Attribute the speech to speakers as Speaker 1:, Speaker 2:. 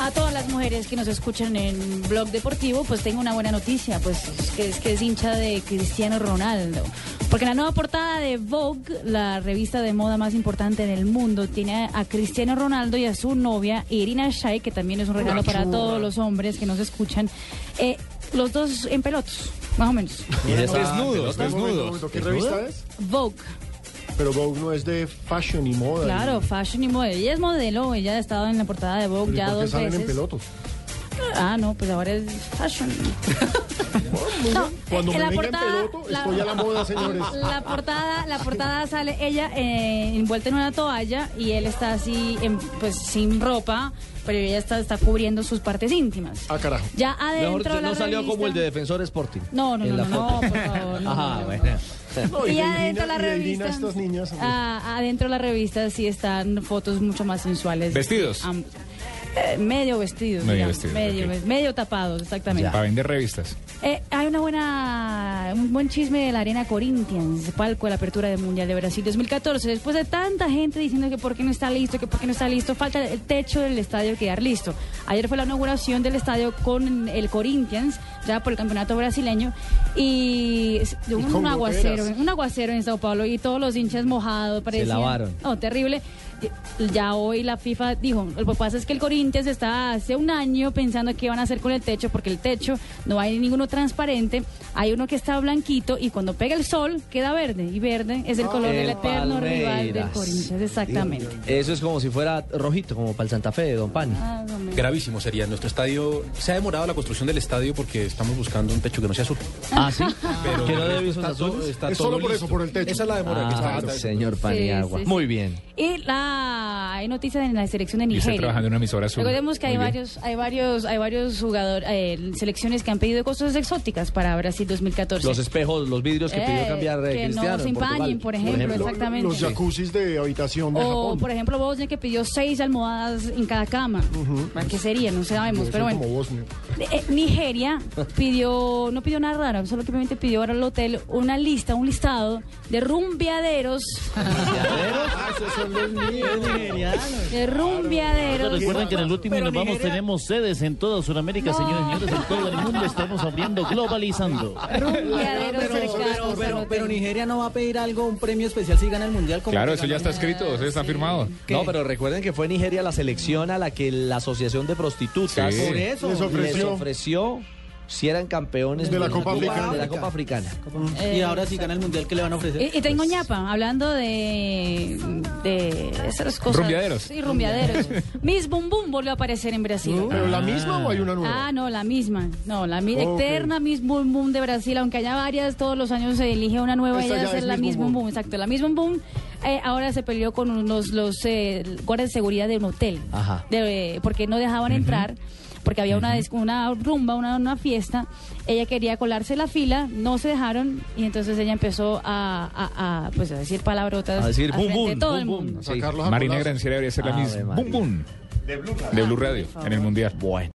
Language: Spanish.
Speaker 1: A todas las mujeres que nos escuchan en Blog Deportivo, pues tengo una buena noticia, pues es que es, que es hincha de Cristiano Ronaldo. Porque la nueva portada de Vogue, la revista de moda más importante del mundo, tiene a Cristiano Ronaldo y a su novia Irina Shayk, que también es un regalo para todos los hombres que nos escuchan, eh, los dos en pelotos, más o menos.
Speaker 2: Mira esa
Speaker 3: Desnudos,
Speaker 2: pelota.
Speaker 3: desnudos.
Speaker 4: ¿Qué revista es?
Speaker 1: Vogue.
Speaker 4: Pero Vogue no es de fashion y moda.
Speaker 1: Claro,
Speaker 4: fashion.
Speaker 1: fashion y modelo. Ella es modelo, ella ha estado en la portada de Vogue ya dos
Speaker 4: salen en
Speaker 1: veces.
Speaker 4: pelotos?
Speaker 1: Ah, no, pues ahora es fashion. No,
Speaker 4: Cuando
Speaker 1: eh,
Speaker 4: me
Speaker 1: la
Speaker 4: venga
Speaker 1: portada-
Speaker 4: en peloto, estoy a la moda, señores.
Speaker 1: La portada, la portada sale ella eh, envuelta en una toalla y él está así, en- pues sin ropa, pero ella está, está cubriendo sus partes íntimas.
Speaker 4: Ah, carajo.
Speaker 1: Ya adentro
Speaker 2: Mejor dicho,
Speaker 1: de la
Speaker 2: no salió como el
Speaker 1: revista-
Speaker 2: de Defensor Sporting.
Speaker 1: No, no, no,
Speaker 2: en la
Speaker 1: no, no,
Speaker 2: foto.
Speaker 1: por favor. no, no,
Speaker 2: Ajá,
Speaker 1: no.
Speaker 2: Ah, bueno.
Speaker 4: No, y
Speaker 1: Y
Speaker 4: de
Speaker 1: adentro de la
Speaker 4: Irina- y de Irina
Speaker 1: revista.
Speaker 4: estas niñas. hombre.
Speaker 1: ah, adentro de la revista sí están fotos mucho más sensuales.
Speaker 3: ¿Vestidos?
Speaker 1: Am- eh, medio vestidos.
Speaker 3: Medio
Speaker 1: digamos,
Speaker 3: vestidos,
Speaker 1: Medio,
Speaker 3: ok.
Speaker 1: ves- medio tapados, exactamente.
Speaker 3: Para vender revistas.
Speaker 1: Eh, hay una buena, un buen chisme de la Arena Corinthians, palco de la apertura del Mundial de Brasil 2014. Después de tanta gente diciendo que por qué no está listo, que por qué no está listo, falta el techo del estadio quedar listo. Ayer fue la inauguración del estadio con el Corinthians, ya por el campeonato brasileño, y s- hubo
Speaker 4: Y
Speaker 1: un,
Speaker 4: con
Speaker 1: aguacero,
Speaker 4: goteras.
Speaker 1: un aguacero en Sao Paulo y todos los hinchas mojados. parecían-
Speaker 2: lavaron.
Speaker 1: No, terrible. Ya hoy la FIFA dijo, lo que pasa es que el Corinthians está hace un año pensando qué van a hacer con el techo, porque el techo no hay ninguno transparente, hay uno que está blanquito y cuando pega el sol queda verde, y verde es el color del
Speaker 2: El
Speaker 1: eterno rival del
Speaker 2: Palmeiras.
Speaker 1: Corinthians, exactamente.
Speaker 2: Eso es como si fuera rojito, como para el Santa Fe de Don Pani.
Speaker 1: Ah, no me-
Speaker 5: Gravísimo sería. Nuestro estadio se ha demorado la construcción del estadio porque estamos buscando un techo que no sea azul.
Speaker 2: Ah, sí. que no
Speaker 5: el
Speaker 2: debe
Speaker 5: resto
Speaker 2: usar
Speaker 5: está todo-
Speaker 2: azules.
Speaker 5: está
Speaker 4: Es
Speaker 5: todo
Speaker 4: solo por eso,
Speaker 5: listo.
Speaker 4: por el techo.
Speaker 5: Esa es la demora que está.
Speaker 2: Ah,
Speaker 5: está-
Speaker 2: señor
Speaker 1: Sí,
Speaker 2: Paniagua.
Speaker 1: sí, sí.
Speaker 2: Muy bien.
Speaker 1: Y la hay noticias en la selección de
Speaker 3: Y
Speaker 1: Nigeria.
Speaker 3: estoy trabajando en una emisora azul.
Speaker 1: Recordemos que
Speaker 3: Muy
Speaker 1: hay
Speaker 3: bien.
Speaker 1: varios, hay varios, hay varios jugadores, selecciones que han pedido cosas exóticas para Brasil 2014.
Speaker 2: Los espejos, los vidrios que pidió
Speaker 1: Eh,
Speaker 2: cambiar eh,
Speaker 1: que no
Speaker 2: Cristiano.
Speaker 1: se
Speaker 2: en Portugal,
Speaker 1: empañen, por ejemplo,
Speaker 4: Lo-
Speaker 1: exactamente.
Speaker 4: Los jacuzzis de habitación de
Speaker 1: O,
Speaker 4: Japón.
Speaker 1: por ejemplo, Bosnia que pidió seis almohadas en cada cama. ¿Qué sería? No sabemos,
Speaker 4: Debe
Speaker 1: pero
Speaker 4: ser
Speaker 1: bueno.
Speaker 4: como Bosnia.
Speaker 1: Eh, Nigeria pidió, no pidió nada raro, solo que simplemente pidió ahora al hotel una lista, un listado de rumbeaderos, de rumbeaderos.
Speaker 6: Recuerden que en el último nos vamos tenemos sedes en toda Sudamérica,
Speaker 1: No.
Speaker 6: señores y señores, en todo el mundo estamos abriendo, globalizando.
Speaker 1: Rumbeaderos
Speaker 7: Pero,
Speaker 1: cercanos al
Speaker 7: pero,
Speaker 1: hotel.
Speaker 7: pero Nigeria no va a pedir algo, un premio especial si gana el mundial. como
Speaker 3: Claro,
Speaker 7: que
Speaker 3: eso ya
Speaker 7: ganó.
Speaker 3: está escrito, eso ya está firmado.
Speaker 2: No, pero recuerden que fue Nigeria la selección a la que la Asociación de Prostitutas
Speaker 3: Sí.
Speaker 7: Por eso.
Speaker 4: Les
Speaker 2: les
Speaker 4: ofreció.
Speaker 2: ofreció si eran campeones
Speaker 4: De la Copa
Speaker 2: de
Speaker 4: Africana.
Speaker 2: la Copa Africana.
Speaker 7: Y ahora si gana el mundial, ¿qué le van a ofrecer?
Speaker 1: Y, y tengo ñapa, hablando de, de esas cosas.
Speaker 3: Rumbeaderos.
Speaker 1: Sí, rumbeaderos. Miss Bum Bum volvió a aparecer en Brasil.
Speaker 4: ¿Pero la misma o hay una nueva?
Speaker 1: Ah, no, la misma. No, la mi-
Speaker 4: Ok.
Speaker 1: eterna Miss Boom Boom de Brasil, aunque haya varias, todos los años se elige una nueva y
Speaker 4: Esta
Speaker 1: ella
Speaker 4: ya
Speaker 1: va a ser
Speaker 4: es
Speaker 1: la
Speaker 4: Miss
Speaker 1: Miss
Speaker 4: Boom
Speaker 1: Boom
Speaker 4: Boom.
Speaker 1: Boom. Exacto, la Miss Boom Boom. eh, ahora se peleó con unos los eh, guardias de seguridad de un hotel,
Speaker 2: Ajá.
Speaker 1: De- porque no dejaban entrar. Porque había una, dis- una rumba, una, una fiesta, ella quería colarse la fila, no se dejaron, y entonces ella empezó a, a- a, pues, a decir palabrotas
Speaker 2: A decir
Speaker 1: al
Speaker 2: boom,
Speaker 1: frente de
Speaker 2: boom,
Speaker 1: todo
Speaker 2: boom,
Speaker 1: el
Speaker 2: boom.
Speaker 1: mundo.
Speaker 2: Sí.
Speaker 4: Sacarlos a
Speaker 3: Marina
Speaker 4: golazos.
Speaker 3: Granciera debería ser la
Speaker 2: Ave
Speaker 3: misma.
Speaker 2: María.
Speaker 3: Boom, boom. De Blue Radio, en el Mundial.
Speaker 2: Bueno.